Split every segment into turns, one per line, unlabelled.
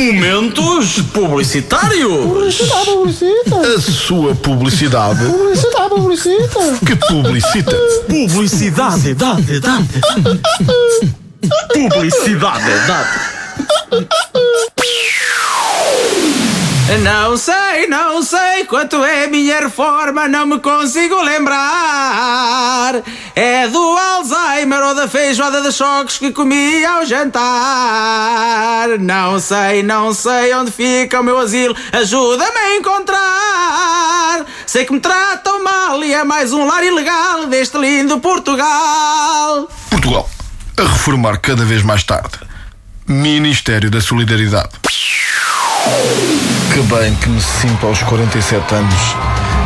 Momentos publicitários.
Publicidade, publicita.
A sua publicidade
Publicidade, publicita.
que publicita.
Publicidade, dade, dade. Publicidade, dade. Não sei, não sei quanto é a minha reforma, não me consigo lembrar. É do Alzheimer ou da feijoada de choques que comi ao jantar. Não sei, não sei onde fica o meu asilo, ajuda-me a encontrar. Sei que me tratam mal e é mais um lar ilegal deste lindo Portugal.
Portugal, a reformar cada vez mais tarde. Ministério da Solidariedade. Que bem que me sinto aos 47 anos,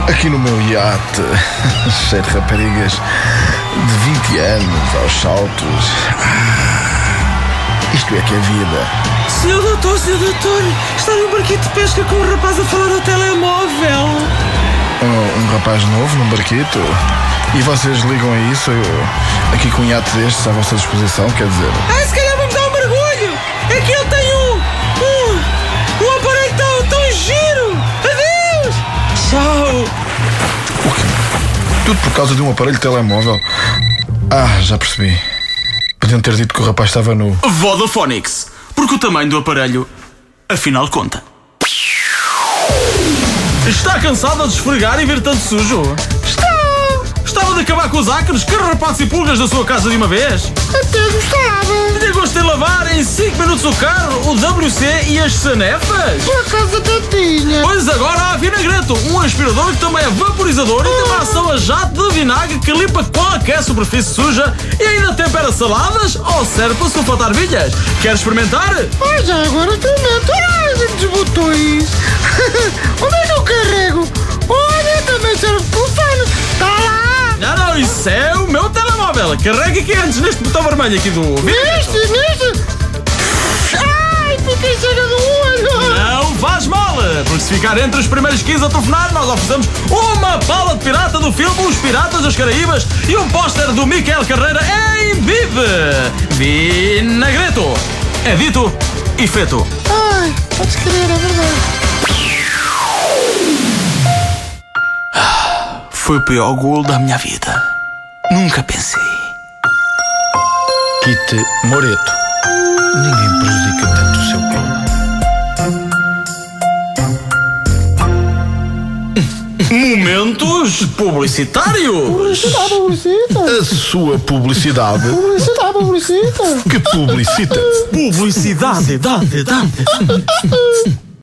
aqui no meu iate, cheio de raparigas de 20 anos aos saltos. Ah, Isto é que é vida.
Senhor doutor, senhor doutor, está num barquinho de pesca com um rapaz a falar ao telemóvel.
Um, um rapaz novo num barquito. E vocês ligam a isso, eu- aqui com um iate destes à vossa disposição, quer dizer.
Ah, se calhar vamos dar um mergulho. Aqui ele tem um, um, um aparelho tão, tão giro. Adeus. Tchau.
Tudo por causa de um aparelho telemóvel. Ah, já percebi. Podiam ter dito que o rapaz estava nu.
Vodafonix, porque o tamanho do aparelho, afinal, conta. Está cansada de esfregar e ver tanto sujo? Está! Estava de acabar com os ácaros, carrapatos e pulgas da sua casa de uma vez?
Até gostava.
Tinha gosto em lavar em 5 minutos o carro, o WC e as sanefas?
Por acaso até tinha.
Pois agora há vinagreto, um aspirador que também é vaporizador e tem uma ação a jato de vinagre que limpa qualquer superfície suja e ainda tempera saladas ou serve para sulfatar vinhas. Quer experimentar?
Mas já agora experimento. Olha, os botões. Onde é que eu carrego? Olha, também serve telefone. Está lá.
Não, não, isso é o meu telemóvel. Carrega aqui antes neste botão vermelho aqui do.
Neste, neste. Ai, fiquei cega do
é?
olho.
Não faz mal, porque se ficar entre os primeiros 15 a telefonar, nós oferecemos uma bala de pirata do filme Os Piratas das Caraíbas e um póster do Miquel Carreira em vive. Vinagreto. É dito e feito.
Ai, podes crer, é verdade.
Foi o pior gol da minha vida. Nunca pensei.
Kit Moreto. Ninguém prejudica tanto o seu clube.
Momentos publicitários.
Publicidade, publicita.
A sua publicidade
Publicidade, publicita.
que publicita.
Publicidade, dá, dá.